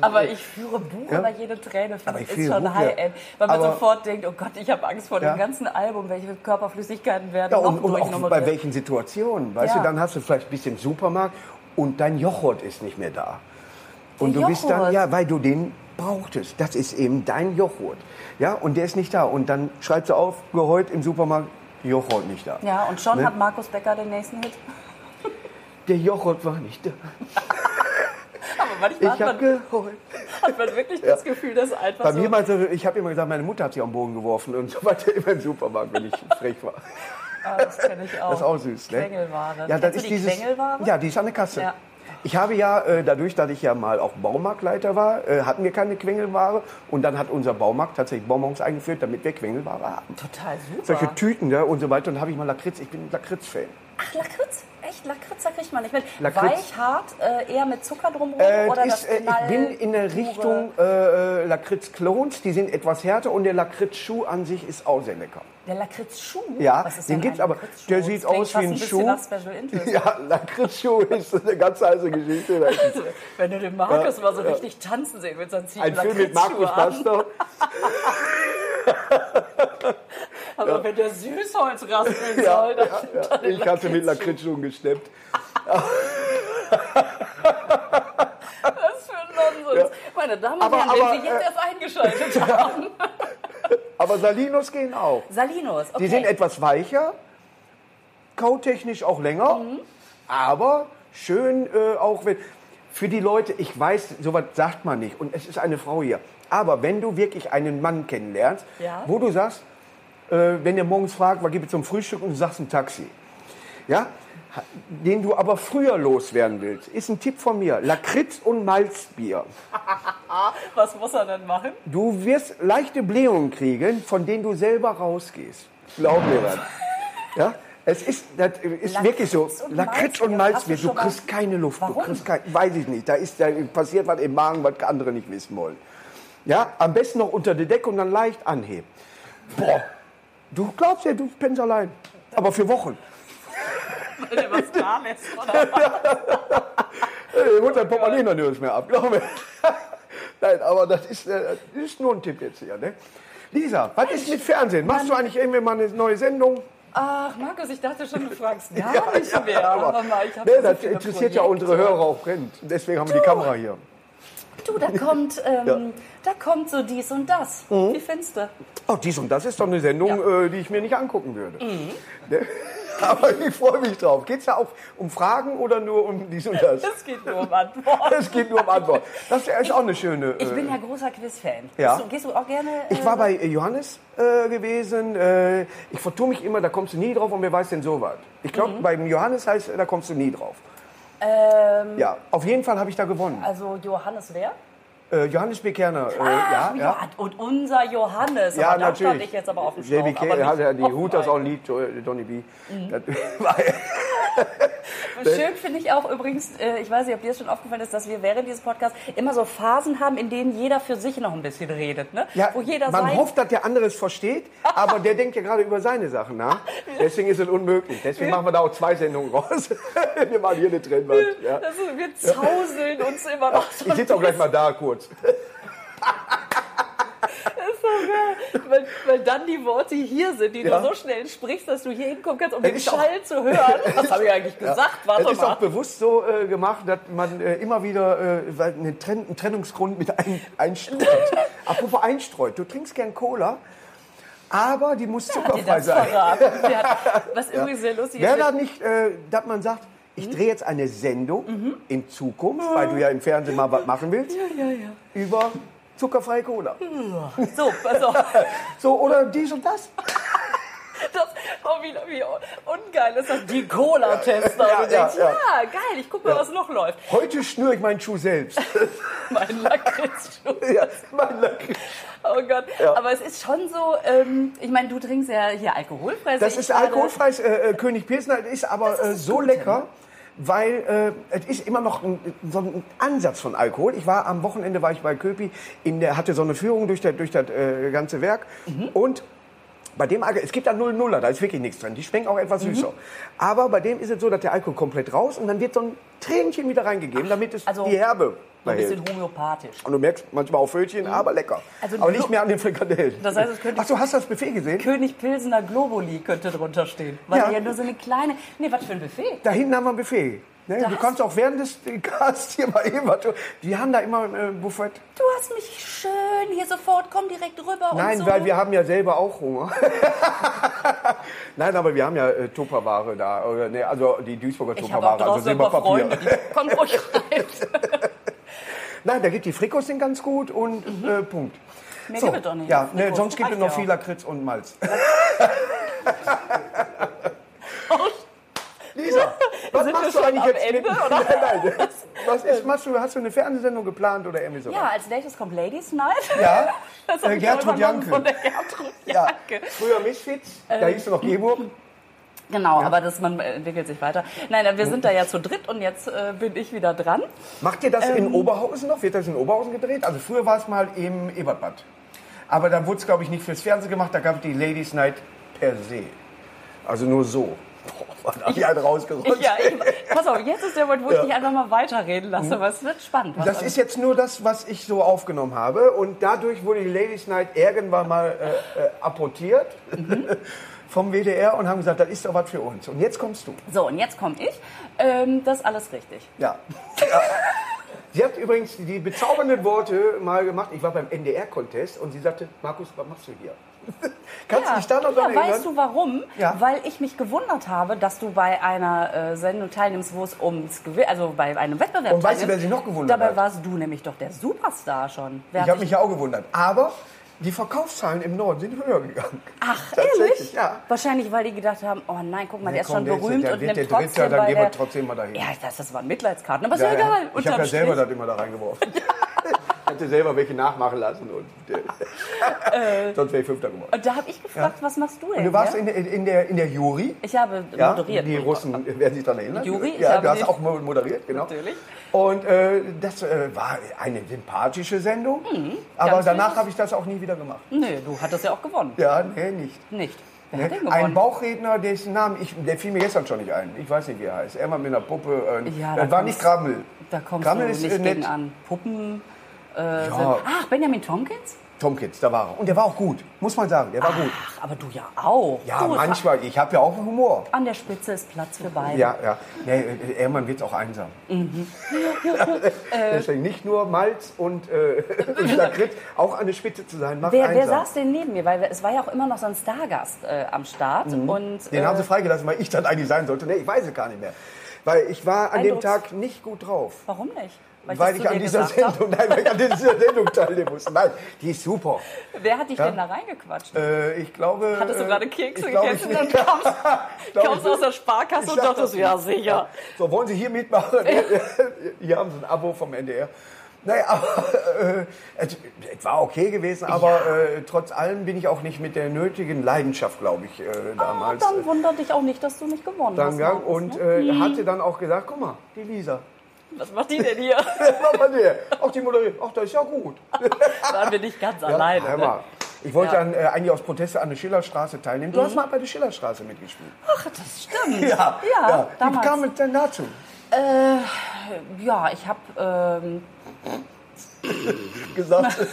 Aber ich führe Buch über jede Träne, finde
Aber
ich,
ich
ist
führe
schon
Buch, ja.
High-End. Weil man
Aber-
sofort denkt, oh Gott, ich habe Angst vor
Ja.
dem ganzen Album, welche Körperflüssigkeiten werden
Ja,
noch
und, und auch
durchnummeriert.
bei welchen Situationen, weißt
Ja.
du, dann hast du vielleicht ein bisschen Supermarkt und dein Joghurt ist nicht mehr da. Und
Der
du bist dann,
Joghurt?
ja, weil du den brauchtest. Das ist eben dein Joghurt. Ja, und der ist nicht da. Und dann schreibst du auf, geheult im Supermarkt, Joghurt nicht da.
Ja, und schon
Ne?
hat Markus Becker den nächsten Hit.
Der Joghurt war nicht da.
Aber manchmal
Ich
hat
habe
man, Also
geheult.
hat man wirklich das Gefühl, dass einfach
Bei
so...
mir mal so, ich habe immer gesagt, meine Mutter hat sich am Boden geworfen und so weiter immer im Supermarkt, wenn ich frech war.
Ah, das kenne ich auch.
Das ist auch süß, ne?
Quengelware.
Ja, das
Kennst du
ist
die
dieses,
Quengelware?
Ja, die ist an der Kasse.
Ja.
Ich habe ja, äh, dadurch, dass ich ja mal auch Baumarktleiter war, äh, hatten wir keine Quengelware. Und dann hat unser Baumarkt tatsächlich Bonbons eingeführt, damit wir Quengelware haben.
Total super.
Solche Tüten ja, und so weiter. Und da habe ich mal Lakritz. Ich bin Lakritz-Fan.
Ach, Lakritz? Echt, Lakritz, da kriegt man nicht mit.
Lakritz.
Weich, hart, äh, eher mit Zucker drumherum
Äh,
oder
ist,
das
äh, ich bin in der
knallpure-
Richtung äh, Lakritz-Clones. Die sind etwas härter. Und der Lakritz-Schuh an sich ist auch sehr lecker.
Der Lakritz-Schuh?
Ja,
Was ist
den
denn
gibt's
ein
aber-
Lakritz-Schuh?
der sieht
Das klingt
aus wie
fast
ein
bisschen
Schuh.
Nach Special Interest.
Ja, Lakritz-Schuh ist eine ganz heiße Geschichte. Da ist
Also, Wenn du den Markus mal so richtig tanzen sehen willst, dann zieh
Ein
ihm
Film mit
Lakritzschuhe
Markus
an.
Pastor.
Aber wenn der Süßholz raspeln
Ja,
soll, dann,
ja, ich hatte mit Lakritz schon gesteppt.
was für ein Nonsens. Meine Damen und
Aber-
Herren,
aber, äh,
wenn Sie jetzt erst eingeschaltet haben.
Aber Salinos gehen auch.
Salinos, okay.
Die sind etwas weicher, kautechnisch auch länger, aber schön äh, auch wenn. Für die Leute, ich weiß, sowas sagt man nicht und es ist eine Frau hier. Aber wenn du wirklich einen Mann kennenlernst,
Ja.
wo du sagst, äh, wenn er morgens fragt, was gibt es zum Frühstück und du sagst ein Taxi, ja, ha- den du aber früher loswerden willst, ist ein Tipp von mir: Lakritz und Malzbier.
Was muss er dann machen?
Du wirst leichte Blähungen kriegen, von denen du selber rausgehst. Glaub mir das. Ja? Es ist, das ist
Lakritz
wirklich so.
und
Lakritz und
Malzbier.
Malzbier,
Hast du
du
schon mal-
kriegst keine Luft. Du
Warum?
kriegst kein, weiß ich nicht. Da, ist, da passiert was im Magen, was andere nicht wissen wollen. Ja? Am besten noch unter die Decke und dann leicht anheben. Boah, du glaubst ja, du pennst allein. Aber für Wochen.
Wenn er was da lässt, oder?
Äh, holt dein Portemonnaie noch nirgends mehr ab, glaube ich. Nein, aber das ist, äh, das ist nur ein Tipp jetzt hier. Ne? Lisa, was ist mit Fernsehen? Machst du eigentlich irgendwie mal eine neue Sendung?
Ach, Markus, ich dachte schon, du fragst gar nicht mehr. Aber mal, ich hab
nee, ne,
so
das
viele
interessiert ja
Projekte.
unsere Hörer auch brennend. Deswegen haben wir die Kamera hier.
Du, da kommt, ähm, da kommt so dies und das.
Mhm.
Wie findest du?
Oh, dies und das ist doch eine Sendung, äh, die ich mir nicht angucken würde.
Mhm.
Ne? Aber ich freue mich drauf. Geht es da auch um Fragen oder nur um dies und das?
Es geht nur um Antworten.
Es geht nur um Antworten. Das ist auch eine schöne.
Ich
äh,
bin ja großer Quiz-Fan.
Ja.
Gehst du- Gehst du auch gerne?
Ich
äh,
war bei äh, Johannes äh, gewesen. Äh, ich vertue mich immer, da kommst du nie drauf und wer weiß denn so was. Ich glaube,
Mhm.
beim Johannes heißt, äh, da kommst du nie drauf.
Ähm,
Ja, auf jeden Fall habe ich da gewonnen.
also Johannes wer?
Äh, Johannes Bekerner. Äh, ja, ja.
Johann- Und unser Johannes.
Ja,
aber Ah, da stand
natürlich.
ich jetzt aber auf dem Schlauch.
J.B.
aber
Kerner
nicht
hat ja die
auf dem Mhm.
Hut, das ist auch
Bein.
ein Lied, äh, Donny B. Das war ja-
Äh, Schön finde ich auch übrigens, äh, ich weiß nicht, ob dir das schon aufgefallen ist, dass wir während dieses Podcasts immer so Phasen haben, in denen jeder für sich noch ein bisschen redet. Ne?
Ja,
Wo jeder
man
sein...
hofft, dass der andere es versteht, aber der denkt ja gerade über seine Sachen nach. Deswegen ist es unmöglich. Deswegen machen wir da auch zwei Sendungen raus. wir machen hier eine Trennwand. Ja.
Also, wir zauseln uns immer noch so.
Ich sitze auch gleich mal da kurz.
so geil. Weil, weil dann die Worte hier sind, die
Ja.
du so schnell sprichst, dass du hier hingucken kannst, um
Es
den
ist auch-
Schall zu hören. Was habe ich eigentlich gesagt? Warte
das ist auch
mal.
bewusst so äh, gemacht, dass man äh, immer wieder äh, weil eine Tren einen Trennungsgrund mit ein einstreut. Apropos einstreut, du trinkst gern Cola, aber die muss
Hat dir
zuckerfrei
das
sein.
verraten? Die hat, was übrigens sehr lustig
Wäre
ist.
da nicht, äh, dass man sagt,
Mhm.
ich drehe jetzt eine Sendung in Zukunft, weil du ja im Fernsehen mal was machen willst, über zuckerfreie Cola.
So, pass auf.
So, oder dies und das.
Das, oh, wie, wie ungeil ist das? Die Cola-Tester.
Ja,
Ja, du denkst,
ja,
ja,
ja.
geil, ich guck mal, was noch läuft.
Heute schnüre ich meinen Schuh selbst.
Mein Lakritzschuh.
ja, mein Lack.
Oh Gott.
Ja.
Aber es ist schon so, ähm, ich meine, du trinkst ja hier alkoholfrei.
Das
sehe ich
ist
gerade.
alkoholfreies äh, äh, König Pilsner, es ist aber äh, so lecker, weil äh, es ist immer noch ein, so ein Ansatz von Alkohol. Ich war am Wochenende war ich bei Köpi, in der hatte so eine Führung durch das durch das äh, ganze Werk
Mhm.
und bei dem Alkohol, es gibt da null Nuller, da ist wirklich nichts drin. Die schmecken auch
Mhm.
etwas süßer. Aber bei dem ist es so, dass der Alkohol komplett raus und dann wird so ein Tränchen wieder reingegeben, damit es
also
die Herbe
So ein
behält.
bisschen homöopathisch.
Und du merkst manchmal auch Fötchen, aber lecker.
Also
aber nicht
Glo-
mehr an den Frikadellen.
Das heißt, es könnte-
Ach, du hast das Buffet gesehen?
König Pilsener Globuli könnte drunter stehen. Weil
Ja.
ja. ja nur so eine kleine. Nee, was für ein Buffet.
Da hinten haben wir ein Buffet. Ne?
Da
Du
hast-
kannst auch während des Casts hier mal eben was tun. Die haben da immer äh, Buffet.
Du hast mich schön hier sofort, komm direkt rüber
Nein,
und so.
weil wir haben ja selber auch Hunger. Nein, aber wir haben ja äh, Tupperware da. Oder, ne, also die Duisburger
ich habe auch
Tupperware, also
draußen immer Freunde.
Silberpapier.
Die, komm ruhig rein.
Nein, da gibt die Frikos sind ganz gut und äh, Punkt.
Mhm. Mehr gibt es doch nicht.
Ja, ne,
Frikos
sonst gibt es
reicht
noch
ja
viel
auch.
Lakritz und Malz.
Oh,
Lisa, was
Sind wir
machst du
schon
eigentlich
am
jetzt
Ende,
mit?
oder?
Nein, nein. Was ist, machst du, hast du eine Fernsehsendung geplant oder irgendwie sowas?
Ja, als nächstes kommt Ladies Night.
Ja?
Das
Äh,
habe ich auch
Gertrud
übernommen
Janke.
Von der Gertrud
Ja.
Janke.
Früher Misfits, da
Ähm.
hieß du noch Geburg.
Genau, aber das, man entwickelt sich weiter. Nein, wir sind da ja zu dritt und jetzt äh, bin ich wieder dran.
Macht ihr das in Oberhausen noch? Wird das in Oberhausen gedreht? Also früher war es mal im Ebertbad. Aber dann wurde es, glaube ich, nicht fürs Fernsehen gemacht. Da gab es die Ladies Night per se. Also nur so. Boah, da hab ich einen rausgerutscht.
Ich, ja, ich, pass auf, jetzt ist der Moment, wo ich dich einfach mal weiterreden lasse, weil es wird spannend. Was
Mhm. Das ist jetzt nur das, was ich so aufgenommen habe. Und dadurch wurde die Ladies Night irgendwann mal äh, äh, apportiert vom WDR und haben gesagt, das ist doch was für uns. Und jetzt kommst du.
so, und jetzt komme ich. Ähm, das ist alles richtig.
Ja. ja. Sie hat übrigens die bezaubernden Worte mal gemacht. Ich war beim NDR-Contest und sie sagte, Markus, was machst du hier? Kannst du dich da noch dran
ja,
erinnern?
weißt du warum?
ne? Ja.
Weil ich mich gewundert habe, dass du bei einer äh, Sendung teilnimmst, wo es ums Gewinn, also bei einem Wettbewerb
Und weißt du,
teilnimmst.
wer sich noch gewundert
Dabei
hat?
warst du nämlich doch der Superstar schon.
ich
Wer hat
habe
dich-
mich ja auch gewundert. Aber die Verkaufszahlen im Norden sind höher gegangen.
Ach,
Tatsächlich,
ehrlich?
ja.
Wahrscheinlich, weil die gedacht haben, oh nein, guck mal,
Nee,
der ist
komm,
schon
der ist-
berühmt
der
und
wird der
nimmt trotzdem
Dritte, dann
bei
gehen wir
der...
trotzdem mal dahin.
Ja, ich dachte, das waren Mitleidskarten, aber ist ja,
Ja, ja.
egal.
Ich
unterm
habe ja selber
Strich.
das immer da reingeworfen. ich hätte selber welche nachmachen lassen. Und, äh, sonst wäre ich Fünfter geworden.
Und da habe ich gefragt, was machst du denn?
Du warst
ja?
in, der- in, der, in der Jury.
Ich habe
Ja,
moderiert.
die Russen werden sich daran erinnern.
Juri, ich
ja,
habe
du hast
nicht-
auch mo- moderiert, genau.
Natürlich.
Und äh, das äh, war eine sympathische Sendung, aber
Mhm,
danach
ganz durchaus.
habe ich das auch nie wieder gemacht.
Nö, du hattest ja auch gewonnen.
Ja, nee, nicht. Ne?
Nicht. Wer hat denn gewonnen?
Ein Bauchredner, dessen Namen, ich, der fiel mir gestern schon nicht ein. Ich weiß nicht, wie er heißt. Er war mit einer Puppe. Äh,
Ja,
das
da
war
kommst-
nicht Krammel.
Da kommst
Krammel
du
ist
nicht
äh, nett.
gegen an. Puppen. Äh, sind,
Ja.
ach, Benjamin Tompkins?
Tomkins, da war er. Und der war auch gut, muss man sagen. Der war gut.
Ach, aber du ja auch.
Ja,
du,
manchmal. Ich habe ja auch einen Humor.
An der Spitze ist Platz für beide.
Ja, ja. Nee, äh, irgendwann wird auch einsam.
Mhm. Äh.
Deswegen nicht nur Malz und, äh, und Lakritz, auch an der Spitze zu sein, macht
Wer,
einsam.
wer saß denn neben mir? Weil es war ja auch immer noch so ein Stargast äh, am Start. Und,
Mhm. Den
äh,
haben sie freigelassen, weil ich das eigentlich sein sollte. Nee, ich weiß es gar nicht mehr. Weil ich war an dem
Eindrucks-
Tag nicht gut drauf.
warum nicht?
Weil
das
ich
zu
an
dir
dieser,
gesagt habe.
Sendung, nein, weil ich an dieser Sendung teilnehmen musste. Nein, die ist super.
Wer hat dich
Ja.
denn da reingequatscht?
Äh, ich glaube.
Hattest du
äh,
gerade Kekse
ich glaube,
gegessen und
ich-
dann kamst,
Ich glaube,
kamst
ich-
aus der Sparkasse
Ich
und
sag
dachtest,
das
ja
nicht.
sicher.
Ja. So, wollen Sie hier mitmachen? hier haben Sie ein Abo vom NDR. Naja, aber, äh, es, es war okay gewesen, aber äh, trotz allem bin ich auch nicht mit der nötigen Leidenschaft, glaube ich, äh,
Ah,
damals
dann wundert dich auch nicht, dass du nicht gewonnen
dran
hast.
gegangen
Markus,
und
ne?
äh, hatte dann auch gesagt, guck mal, die Lisa.
Was macht die denn hier?
Mach mal der. Auch die moderiert. Ach, das ist ja gut.
Waren wir nicht ganz alleine.
Hör
ne?
mal. Ich wollte
Ja. Mhm.
dann äh, eigentlich aus Protest an der Schillerstraße teilnehmen. Du hast mal bei der Schillerstraße mitgespielt.
Ach, das stimmt.
Ja,
ja,
Wie
damals.
kam es denn dazu?
Äh, ja, ich habe ähm,
gesagt.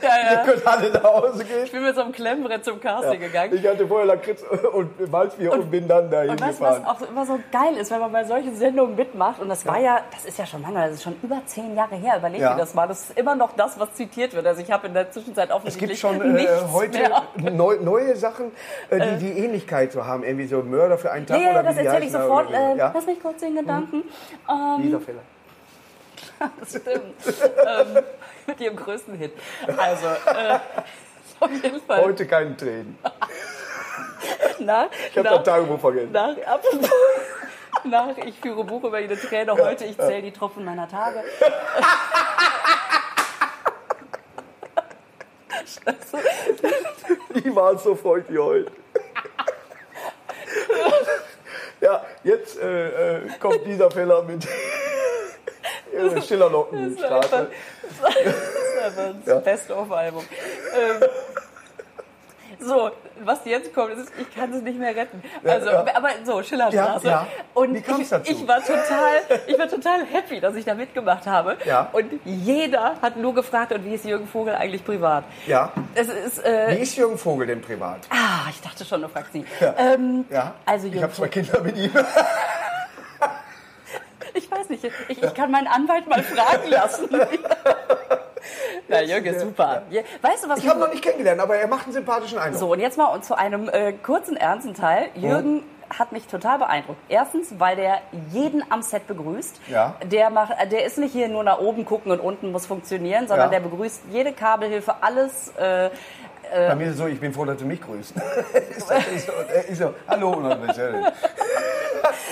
Ja,
Ihr
ja.
könnt alle nach Hause gehen.
Ich bin mit so einem Klemmbrett zum Casting gegangen.
Ich hatte vorher Lakritz und Malzbier und, bin dann dahin
Und weißt du, was
gefahren.
auch immer so geil ist, wenn man bei solchen Sendungen mitmacht, und das war ja, das ist ja schon lange, das ist schon über zehn Jahre her, überleg
Ja.
dir das mal, das ist immer noch das, was zitiert wird. Also ich habe in der Zwischenzeit
Es gibt
offensichtlich
schon äh,
nichts
heute
mehr.
neu, neue Sachen, äh, die die Ähnlichkeit so haben. Irgendwie so Mörder für einen Tag
Nee,
oder
das
wie die
erzähle ich
heißen
sofort.
Oder,
Äh, ähm,
so. ja?
Lass mich kurz den Gedanken.
Niederfälle.
Das stimmt. ähm, mit ihrem größten Hit. Also, äh, auf jeden Fall.
Heute keine Tränen.
nach,
Ich habe
nach,
das Tagebuch vergessen.
nach, ab, nach, ich führe Buch über jede Träne heute, ich zähle die Tropfen meiner Tage. Genau.
Niemals so feucht wie heute. ja, jetzt äh, äh, kommt dieser Fäller mit ihrer Schillerlockenstraße.
Das ist einfach das Best-of-Album. Ähm, so, was jetzt kommt, ist, ich kann es nicht mehr retten. Also,
ja.
aber so, Schillerstraße.
Ja, ja.
Und
Wie kam's
ich,
dazu?
ich war total, ich war total happy, dass ich da mitgemacht habe.
Ja.
Und jeder hat nur gefragt, und wie ist Jürgen Vogel eigentlich privat?
Ja.
Es ist, äh,
Wie ist Jürgen Vogel denn privat?
ah, ich dachte schon, du fragst sie. Ähm,
Ja.
Also
ich
Jürgen
habe zwei
Vogel,
Kinder mit ihm.
ich weiß nicht, ich, ich kann meinen Anwalt mal fragen lassen. Na, Jürgen ist super. Weißt du, was
Ich habe noch nicht kennengelernt, aber er macht einen sympathischen Eindruck.
So, und jetzt mal zu einem äh, kurzen, ernsten Teil.
Oh.
Jürgen hat mich total beeindruckt. Erstens, weil der jeden am Set begrüßt.
Ja.
Der, macht, äh, der ist nicht hier nur nach oben gucken und unten muss funktionieren, sondern
Ja.
der begrüßt jede Kabelhilfe, alles. Äh,
Bei mir ist es so, ich bin froh, dass du mich grüßt. ist, das- ist, so, ist so, hallo und dann bist du-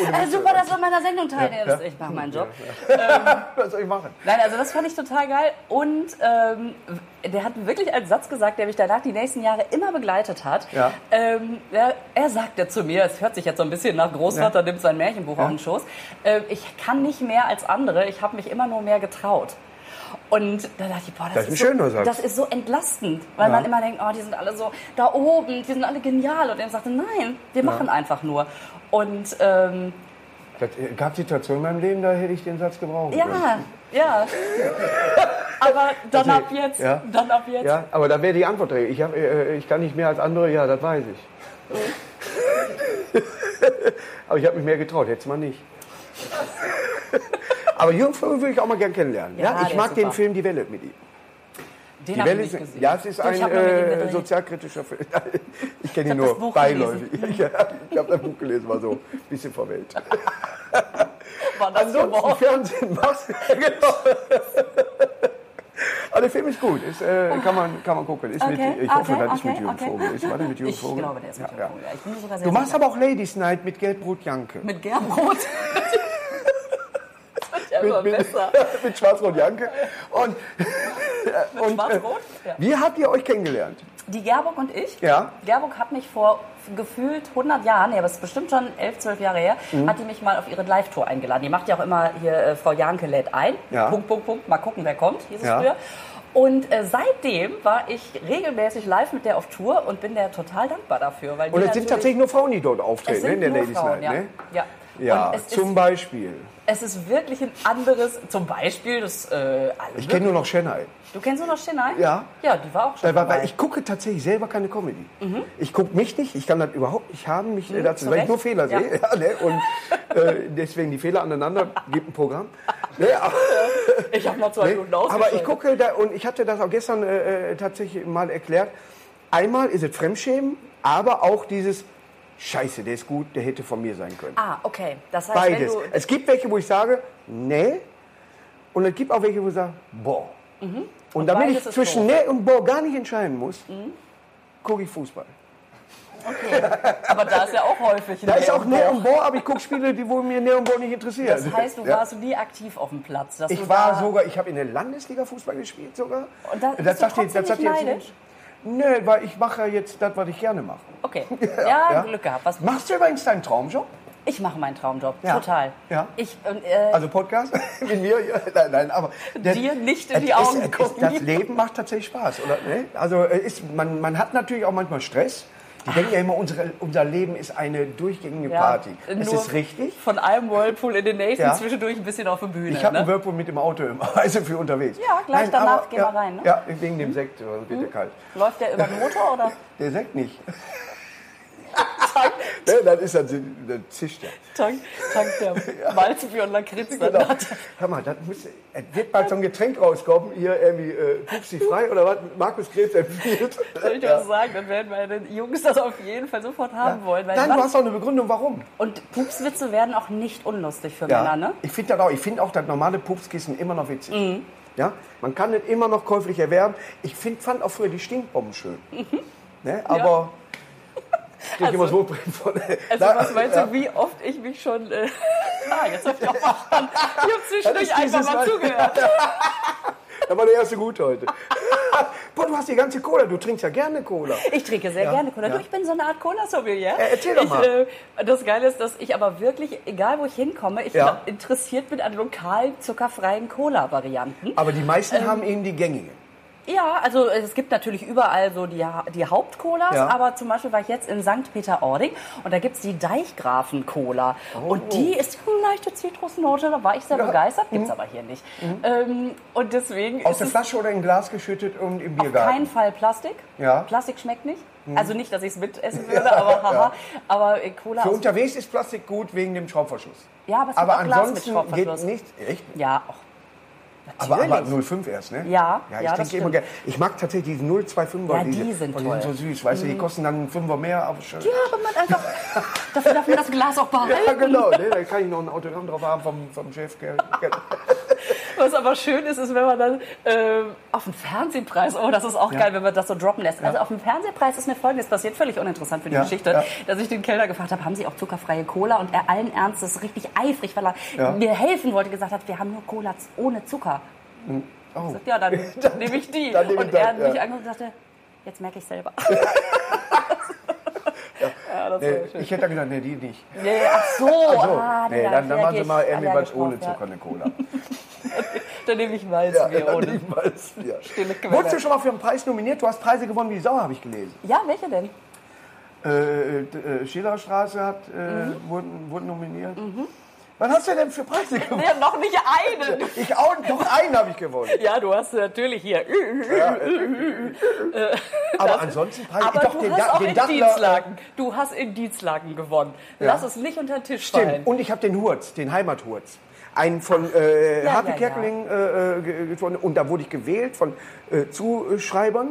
äh, super, dass du an meiner Sendung teilnimmst. Ich mache meinen Job.
Was soll ich machen?
Nein, also das fand ich total geil. Und ähm, der hat wirklich einen Satz gesagt, der mich danach die nächsten Jahre immer begleitet hat.
Ja.
Ähm, er, er sagte zu mir, es hört sich jetzt so ein bisschen nach Großvater nimmt sein Märchenbuch auf den Schoß, äh, ich kann nicht mehr als andere, ich habe mich immer nur mehr getraut. Und da dachte ich, boah, das,
Das ist ein
so,
schöner Satz.
das ist so entlastend, weil man immer denkt, oh, die sind alle so da oben, die sind alle genial. Und er sagte, nein, wir machen einfach nur. Und ähm,
Das äh, gab Situationen in meinem Leben, da hätte ich den Satz gebraucht.
ja, ja. Aber dann ab
Okay,
jetzt,
Also, ja.
dann ab jetzt.
Ja, aber da wäre die Antwort direkt. Ich, hab, äh, ich kann nicht mehr als andere, ja, das weiß ich. aber ich habe mich mehr getraut, jetzt mal nicht. aber Jürgen Vogel würde ich auch mal gern kennenlernen.
Ja,
Ja,
der
ich mag
ist super.
den Film Die Welle mit ihm.
Den
Die
habe ich
Welle
nicht
ist,
gesehen.
ja, es ist
Doch, ich
ein
hab nur den Link
äh,
gedreht.
sozialkritischer Film. Ich kenne ihn
hab das
nur
Buch
beiläufig. Ja, ich habe das Buch gelesen, war so ein bisschen verwählt.
War das
Ansonsten
geworden?
Fernsehen machst du. genau. Aber der Film ist gut, ist, äh, kann, man, kann man gucken. Ist
Ah. Okay,
mit, ich
okay,
hoffe, das ist
okay,
mit Jürgen
okay.
Vogel. Ist, war der mit Jürgen
Ich
Vogel?
glaube, der ist mit
Ja,
Jürgen
ja.
Vogel. Ich bin mir sogar sehr
Du machst
sicher.
aber auch Ladies Night mit Gelbrot Janke.
mit Gerbrot. das wird ja immer
mit,
besser.
mit Schwarzrot Janke. Und, und
Schwarzrot?
Äh,
Ja.
wie habt ihr euch kennengelernt?
Die Gerburg und ich,
Ja.
Gerburg hat mich vor gefühlt 100 Jahren, nee, aber es ist bestimmt schon 11, 12 Jahre her,
Mhm.
hat die mich mal auf ihre Live-Tour eingeladen. Die macht ja auch immer hier, äh, Frau Janke lädt ein,
Ja.
Punkt, Punkt, Punkt, mal gucken, wer kommt, hieß es
Ja.
früher. Und äh, seitdem war ich regelmäßig live mit der auf Tour und bin der total dankbar dafür. Weil die
Und es sind
natürlich-
tatsächlich nur Frauen, die dort
es
auftreten, ne,
sind
in der
nur
Ladies
Frauen,
Night.
ja.
Ne?
ja.
Ja,
und es
zum
ist,
Beispiel.
es ist wirklich ein anderes, zum Beispiel das äh,
Ich kenne nur noch Chennai.
Du kennst nur noch Shinai?
Ja.
Ja, die war auch schon
Weil, weil,
dabei.
weil ich gucke tatsächlich selber keine Comedy. Ich gucke mich nicht, ich kann das überhaupt nicht haben, mich äh, dazu,
Mhm. zu
weil ich
Recht.
nur Fehler
Ja.
sehe. Ja, ne? Und äh, deswegen die Fehler aneinander gibt ein Programm. Ne, aber,
Ich habe noch zwei
ne?
Minuten
aber ich
ausgeschaltet.
gucke da, und ich hatte das auch gestern äh, äh, tatsächlich mal erklärt. Einmal ist es Fremdschämen, aber auch dieses Scheiße, der ist gut, der hätte von mir sein können.
Ah, okay. Das heißt,
Beides.
wenn du.
Es gibt welche, wo ich sage, nee. Und es gibt auch welche, wo ich sage, boah. Und, damit ich
Mhm. beides ist
zwischen
doof. Mhm.
nee und boah gar nicht entscheiden muss, gucke ich Fußball.
Aber da ist ja auch häufig. ne? ein
Da ist auch
Leerbohr.
nee und boah, aber ich gucke Spiele, die wo mir nee und boah nicht interessieren.
Das heißt, du
Ja.
warst nie aktiv auf dem Platz. dass du
Ich war
da-
sogar, ich habe in der Landesliga Fußball gespielt sogar.
Und da bist du trotzdem nicht neidisch?
Nee, weil ich mache ja jetzt das, was ich gerne mache.
Okay. Ja, Glück gehabt. Was,
Machst du übrigens deinen Traumjob?
ich mache meinen Traumjob.
Ja.
Total.
Ja.
Ich, und, äh,
Also Podcast mit mir? Ja, Nein, nein, aber... der-
Dir nicht in
es
Äh, die
ist-
Augen
es ist,
gucken.
Das Leben macht tatsächlich Spaß, oder? Ne? Also äh, ist, man, man hat natürlich auch manchmal Stress. Die denken ja immer, unsere, unser Leben ist eine durchgängige Party. Es
nur
ist richtig.
Von einem Whirlpool in den nächsten,
Ja.
zwischendurch ein bisschen auf der Bühne.
Ich habe einen
ne?
Whirlpool mit dem Auto immer, also für unterwegs.
Ja, gleich danach gehen wir
ja,
rein, ne? Mhm.
Ja, wegen dem Sekt, sonst wird der kalt.
Läuft der über den Motor oder?
Der Sekt nicht. ja, dann ist dann, dann zischt er.
Tank, Tank der Malzbier und Lakritz. dann
Genau.
hat-
Hör mal, das muss, es wird bald so ein Getränk rauskommen, hier irgendwie äh, Pupsi frei oder was, Markus Krebs empfiehlt.
Soll ich dir was sagen, dann werden meine Jungs das auf jeden Fall sofort haben wollen. Weil
Nein,
was-
du hast doch eine Begründung, warum.
und Pupswitze werden auch nicht unlustig für Männer, ne? Mhm.
Ich finde das auch. Ich finde auch das normale Pupskissen immer noch witzig. Ja? Man kann es immer noch käuflich erwerben. Ich find, fand auch früher die Stinkbomben schön.
Mhm.
Ne? Aber. Ich krieg immer so Brett von.
Also was meinst du, wie oft ich mich schon... Äh, ah, jetzt hab ich auch verstanden. Ich hab zwischendurch
Das ist
einfach
dieses
mal
Mal-
zugehört.
Das war der erste Gut heute. Boah, du hast die ganze Cola. Du trinkst ja gerne Cola.
Ich trinke sehr gerne Cola. Du,
ja.
ich bin so eine Art Cola-Sommelier.
Äh, erzähl doch
ich,
mal.
Äh, das Geile ist, dass ich aber wirklich, egal wo ich hinkomme, ich
Ja.
glaub, interessiert bin an lokalen, zuckerfreien Cola-Varianten.
Aber die meisten
Ähm.
haben eben die gängige.
Ja, also es gibt natürlich überall so die, die Hauptcolas,
Ja.
aber zum Beispiel war ich jetzt in St. Peter-Ording und da gibt's die Deichgrafen-Cola.
Oh.
Und die ist eine leichte Zitrusnote, da war ich sehr begeistert, gibt's aber hier nicht. Ähm, und deswegen
Mhm. Aus
ist
der
es
Flasche oder in ein Glas geschüttet und im
auf keinen
Biergarten.
Fall Plastik.
Ja. Mhm.
Plastik schmeckt nicht. Also nicht, dass ich's mitessen würde, aber haha. Aber äh, Cola
Für
aus
unterwegs ist Plastik gut wegen dem Schraubverschluss.
Ja, aber es gibt auch Glas
ansonsten
mit Schraubverschluss.
geht nichts. Echt?
Ja, auch.
Aber,
Natürlich.
aber 05 erst, ne?
Ja,
ja ich
ja, das
trinke immer
stimmt.
gerne. Ich mag tatsächlich diese 025er.
Ja, die sind
und
toll.
Die
Mhm.
sind so süß, weißt du, die kosten dann einen Fünfer mehr, aber schön.
Ja, aber man einfach. Dafür darf man das Glas auch behalten.
Ja, genau, ne? da kann ich noch ein Autogramm drauf haben vom, vom Chef. gell?
Was aber schön ist, ist, wenn man dann ähm, auf den Fernsehpreis, oh, das ist auch geil, wenn man das so droppen lässt. Also auf dem Fernsehpreis ist mir folgendes passiert, völlig uninteressant für die
Ja,
Geschichte,
ja.
dass ich den Kellner gefragt habe, haben Sie auch zuckerfreie Cola? Und er allen Ernstes richtig eifrig, weil er mir helfen wollte, gesagt hat, wir haben nur Cola z- ohne Zucker. Ich sagte, ja, dann, nehme ich
Hm.
die.
Oh. dann nehme ich
und er
das,
hat mich
ja.
angeguckt und sagte, jetzt merke ich selber. ja, das
Nee,
war schön.
ich hätte dann gedacht, nee, die nicht.
Nee, ach so.
So,
ah,
nee,
da
dann, dann machen
reagiere
sie mal
ich
irgendwie was
allergisch
ohne
drauf,
Zucker, eine Cola.
Ja. Dann nehme ich Malzbier
dann
ohne.
niemals, ja.
Stille Quelle.
Wurdest du schon mal für einen Preis nominiert? Du hast Preise gewonnen wie Sau, habe ich gelesen.
Ja, welche denn?
Äh, d- äh, Schillerstraße hat, äh,
Mhm.
wurden, wurden nominiert. Was hast du denn für Preise gewonnen?
Ja, noch nicht einen.
Ich auch, doch einen habe ich gewonnen.
Ja, du hast natürlich hier.
Aber ansonsten preise
Aber
ich doch
du
den,
hast
Da-
auch
den
in
Dattler.
Dienstlagen. Du hast in Dienstlagen gewonnen. Lass es nicht unter den Tisch fallen.
Stimmt. Oh. Und ich habe den Hurz, den Heimathurz. Einen von äh,
ja,
Harpy
ja.
Kerkeling äh, äh, ge- ge- von- und da wurde ich gewählt von äh, Zuschreibern.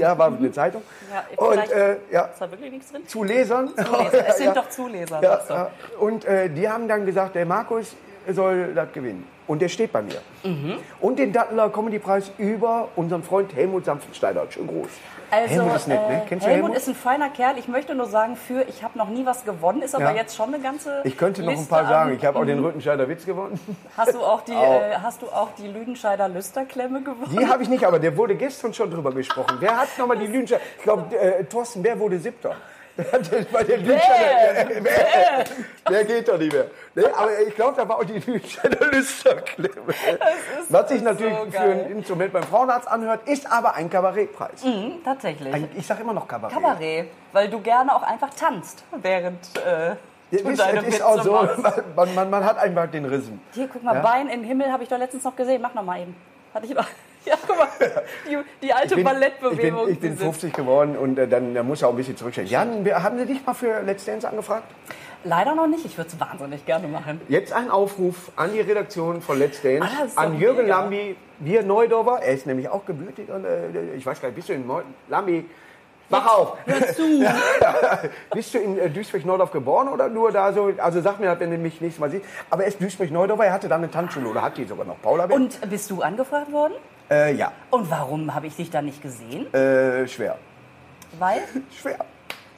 Ja, war eine Zeitung.
Ja,
und
vielleicht-
äh, ja,
Ist da wirklich nichts drin?
Zulesern.
Zuleser. Es sind
Ja.
doch Zuleser.
Ja,
sagst du.
ja. Und äh, die haben dann gesagt, der Markus soll das gewinnen. Und der steht bei mir.
Mhm.
Und den Dattler Comedy Preis über unseren Freund Helmut Sanftensteiner. Schön groß.
Also,
Helmut ist nett,
äh,
ne? Kennst du
Helmut,
Helmut?
ist ein feiner Kerl. Ich möchte nur sagen, für ich habe noch nie was gewonnen, ist aber
Ja.
jetzt schon eine ganze.
Ich könnte noch ein
Liste
paar
an-
sagen. Ich habe auch den Rüttenscheider Witz gewonnen.
Hast du auch die, äh, hast du auch die Lüdenscheider Lüsterklemme gewonnen?
Die habe ich nicht, aber der wurde gestern schon drüber gesprochen. Wer hat nochmal die Lüdenscheid? Ich glaube, äh, Thorsten, wer wurde siebter? Bei der Lüdenscheider. Äh, wer- Der geht doch nicht mehr. Nee, aber ich glaube, da war auch die Lüdenscheider Lüsterklemme. Was sich natürlich
so
für
geil.
ein Instrument beim Frauenarzt anhört, ist aber ein Kabarettpreis.
Hm, Tatsächlich.
Ein, ich sage immer noch Kabarett.
Kabarett, weil du gerne auch einfach tanzt, während äh,
Das
du
ist,
deine
das ist auch
Witze
so,
machst.
man, man, man hat einfach den Rissen.
Hier, guck mal,
Ja.
Bein in den Himmel habe ich doch letztens noch gesehen. Mach noch mal eben. Hatte ich mal. Ja, guck mal, die, die alte Ballettbewegung.
Ich bin, ich bin
diese-
50 geworden und äh, dann, dann muss er auch ein bisschen zurückstellen. Jan, wir- haben Sie dich mal für Let's Dance angefragt?
Leider noch nicht. Ich würde es wahnsinnig gerne machen.
Jetzt ein Aufruf an die Redaktion von Let's Dance,
Ah, das ist
an
doch
Jürgen
mega.
Lambi, wir Neudorfer, er ist nämlich auch gebürtig, und, äh, ich weiß gar nicht, bist du in Neuden? Lambi, wach auf!
Hör zu.
bist du in äh, Duisburg-Neudorf geboren oder nur da so? Also sag mir, das, wenn du mich nächstes Mal siehst. Aber er ist Duisburg-Neudorfer, er hatte da eine Tanzschule oder hat die sogar noch, Paula? Beck?
Und bist du angefragt worden?
Äh, ja,
Und warum habe ich dich dann nicht gesehen?
äh, schwer.
Weil,
Schwer.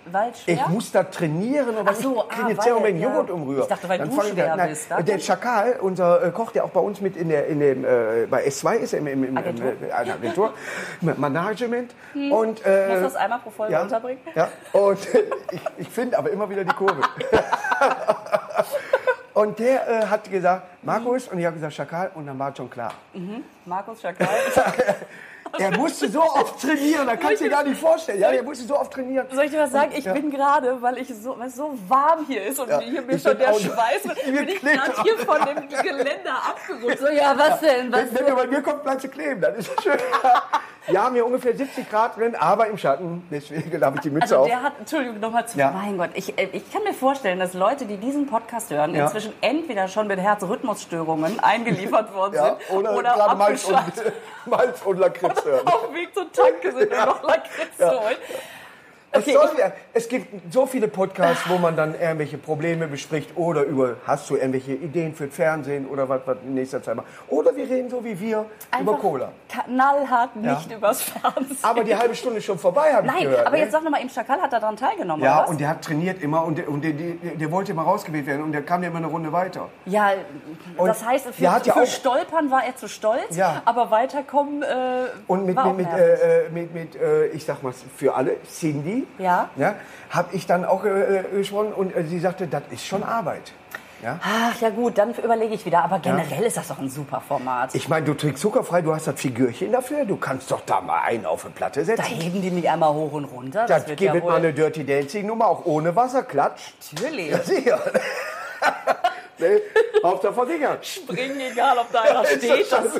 weil schwer.
Ich muss da trainieren, aber
Ach so,
ich kriege
ah,
jetzt
weil-
selber meinen
ja.
Joghurt um umrühren.
Ich dachte, weil du
fang ich
schwer
da- nein,
bist, da-
Der Schakal, unser äh, Koch, der auch bei uns mit in der, in dem, äh, bei S2 ist, er im, im, im
Agentur.
Im, äh, einer Agentur, Ma- Management. Und,
Muss
äh,
das einmal pro Folge
ja,
unterbringen?
ja, und äh, ich, ich finde aber immer wieder die Kurve. und der äh, hat gesagt, Markus, und ich habe gesagt, Schakal, und dann war es schon klar.
Markus Schakal.
Er musste so oft trainieren, da kannst du dir gar nicht vorstellen. Ja, der musste so oft trainieren.
Soll ich dir was sagen? Ich
Ja.
bin gerade, weil ich so, weil es so warm hier ist und
Ja,
hier mir
ich
schon
bin
der
auch-
Schweiß, bin ich
klebt
gerade
auch.
hier von dem Geländer abgerutscht. So, ja, was denn? Was
Wenn, wenn er bei mir kommt, bleibst du kleben, dann ist das schön. Wir haben hier ungefähr 70 Grad drin, aber im Schatten, deswegen habe ich die Mütze
Also
auf.
der hat, Entschuldigung, nochmal zu.
Ja.
Mein Gott, ich, äh, ich kann mir vorstellen, dass Leute, die diesen Podcast hören,
Ja.
inzwischen entweder schon mit Herzrhythmusstörungen eingeliefert worden
Ja,
sind
oder,
oder
gerade Malz und,
abgeschafft
Malz und Lakritz hören.
auf dem Weg zur Tanke sind und noch Lakritz
Ja.
holen.
es, soll, ja- es gibt so viele Podcasts, wo man dann irgendwelche Probleme bespricht oder über, hast du irgendwelche Ideen für Fernsehen oder was, was in nächster Zeit mal. Oder wir reden so wie wir über
Einfach
Cola.
Knallhart
Ja.
nicht übers Fernsehen.
Aber die halbe Stunde ist schon vorbei, habe ich
Nein,
gehört.
aber
ne?
jetzt sag nochmal, im Schakal hat er daran teilgenommen,
ja,
oder was?
und der hat trainiert immer und, der, und der, der, der wollte immer rausgewählt werden und der kam ja immer eine Runde weiter.
ja, das
Und
heißt, für,
der hat ja
für
auch-
Stolpern war er zu stolz,
Ja.
aber weiterkommen äh,
Und mit,
war
mit, mit,
auch nervig.
äh, äh, mit, mit äh, ich sag mal für alle, Cindy,
Ja.
ja, habe ich dann auch äh, äh, gesprochen und äh, sie sagte, das ist schon Arbeit. Ja?
Ach ja gut, dann überlege ich wieder. Aber generell ist das doch ein super Format.
Ich meine, du trinkst zuckerfrei, du hast das Figürchen dafür, du kannst doch da mal einen auf eine Platte
da
setzen.
heben die mich einmal hoch und runter.
Das,
Das, wird
gibt
ja wohl
mal eine Dirty Dancing Nummer, auch ohne Wasserklatsch.
natürlich.
Ja, sicher. ne? Hauptsache verdickern.
Springen, egal ob da einer steht, das,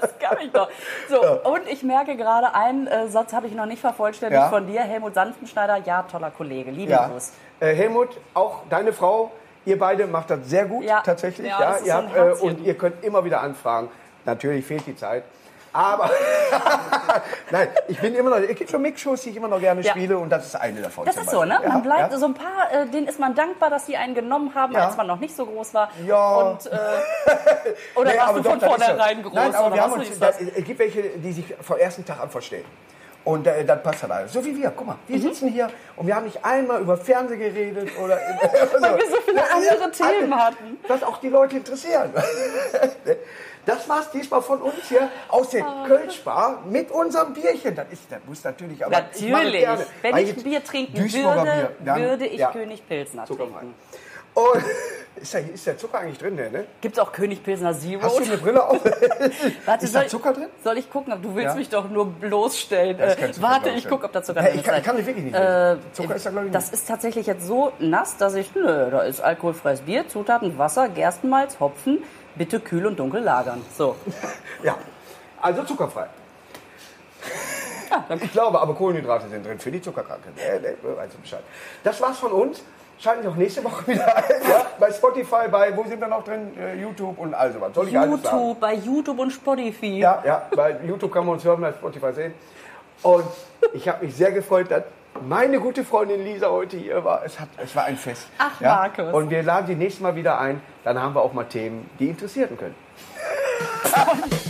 das kann ich doch. So, und ich merke gerade, einen äh, Satz habe ich noch nicht vervollständigt
Ja.
von dir, Helmut Sanftenschneider. Ja, toller Kollege, liebe
Ja.
Grüße.
Äh, Helmut, auch deine Frau, ihr beide macht das sehr gut
Ja.
tatsächlich.
Ja,
Ja,
das ist
ihr
so ein
habt, äh,
Herzchen.
und ihr könnt immer wieder anfragen. Natürlich fehlt die Zeit. Aber nein, ich bin immer noch. Es gibt schon Mixshows, die ich immer noch gerne
Ja.
spiele und das ist eine davon.
Das
zum
ist so, ne?
Beispiel.
Man
Ja,
bleibt
ja.
so ein paar, äh, denen ist man dankbar, dass die einen genommen haben,
Ja.
als man noch nicht so groß war.
Ja.
Und, äh, oder
Nee,
warst
aber
du
doch, das
von
ist so.
vornherein groß?
Nein, aber
oder
wir
was
haben
ist
uns,
das?
das, es gibt welche, die sich vom ersten Tag an verstehen. Und äh, dann passt das alles. So wie wir, guck mal,
Mhm.
wir sitzen hier und wir haben nicht einmal über Fernsehen geredet oder.
Weil wir so viele
Ja, ja,
andere Themen
alle.
hatten.
Was auch die Leute interessieren. Das war's diesmal von uns hier aus der
Oh,
Kölschbar mit unserem Bierchen. Das, ist, das muss natürlich aber. ich mache es
Natürlich.
gerne.
Wenn
Weil
ich ein
jetzt
Bier trinken
Duisburger
würde,
Bier, dann-
würde ich
ja,
König Pilsner
Zuckerfrei.
trinken.
Und ist, da, ist der Zucker eigentlich drin, ne?
Gibt es auch König Pilsner Zero?
Hast du eine Brille auf?
Warte,
ist
soll,
da Zucker drin?
Soll ich gucken? Du willst
Ja.
mich doch nur bloßstellen.
Das
Äh,
kannst du
Warte,
vergessen.
ich gucke, ob da Zucker
Ja,
drin
ich kann-
ist.
ich kann das wirklich nicht
Äh,
lesen. Zucker ist da, glaub ich,
Das
nicht.
ist tatsächlich jetzt so nass, dass ich... Nö, da ist alkoholfreies Bier, Zutaten, Wasser, Gerstenmalz, Hopfen. Bitte kühl und dunkel lagern. So.
Ja, also zuckerfrei. ich glaube, aber Kohlenhydrate sind drin für die Zuckerkranken. Äh, äh, weißt du Bescheid. Das war's von uns. Schalten Sie auch nächste Woche wieder ein. Ja? Bei Spotify, bei, wo sind wir noch drin? Äh, YouTube und all sowas. Soll ich alles sagen?
YouTube, bei YouTube und Spotify.
Ja, ja, bei YouTube kann man uns hören, bei Spotify sehen. Und ich habe mich sehr gefreut, dass meine gute Freundin Lisa heute hier war. Es, hat, es war ein Fest.
Ach, Markus.
Und wir laden die nächste Mal wieder ein. Dann haben wir auch mal Themen, die interessieren können.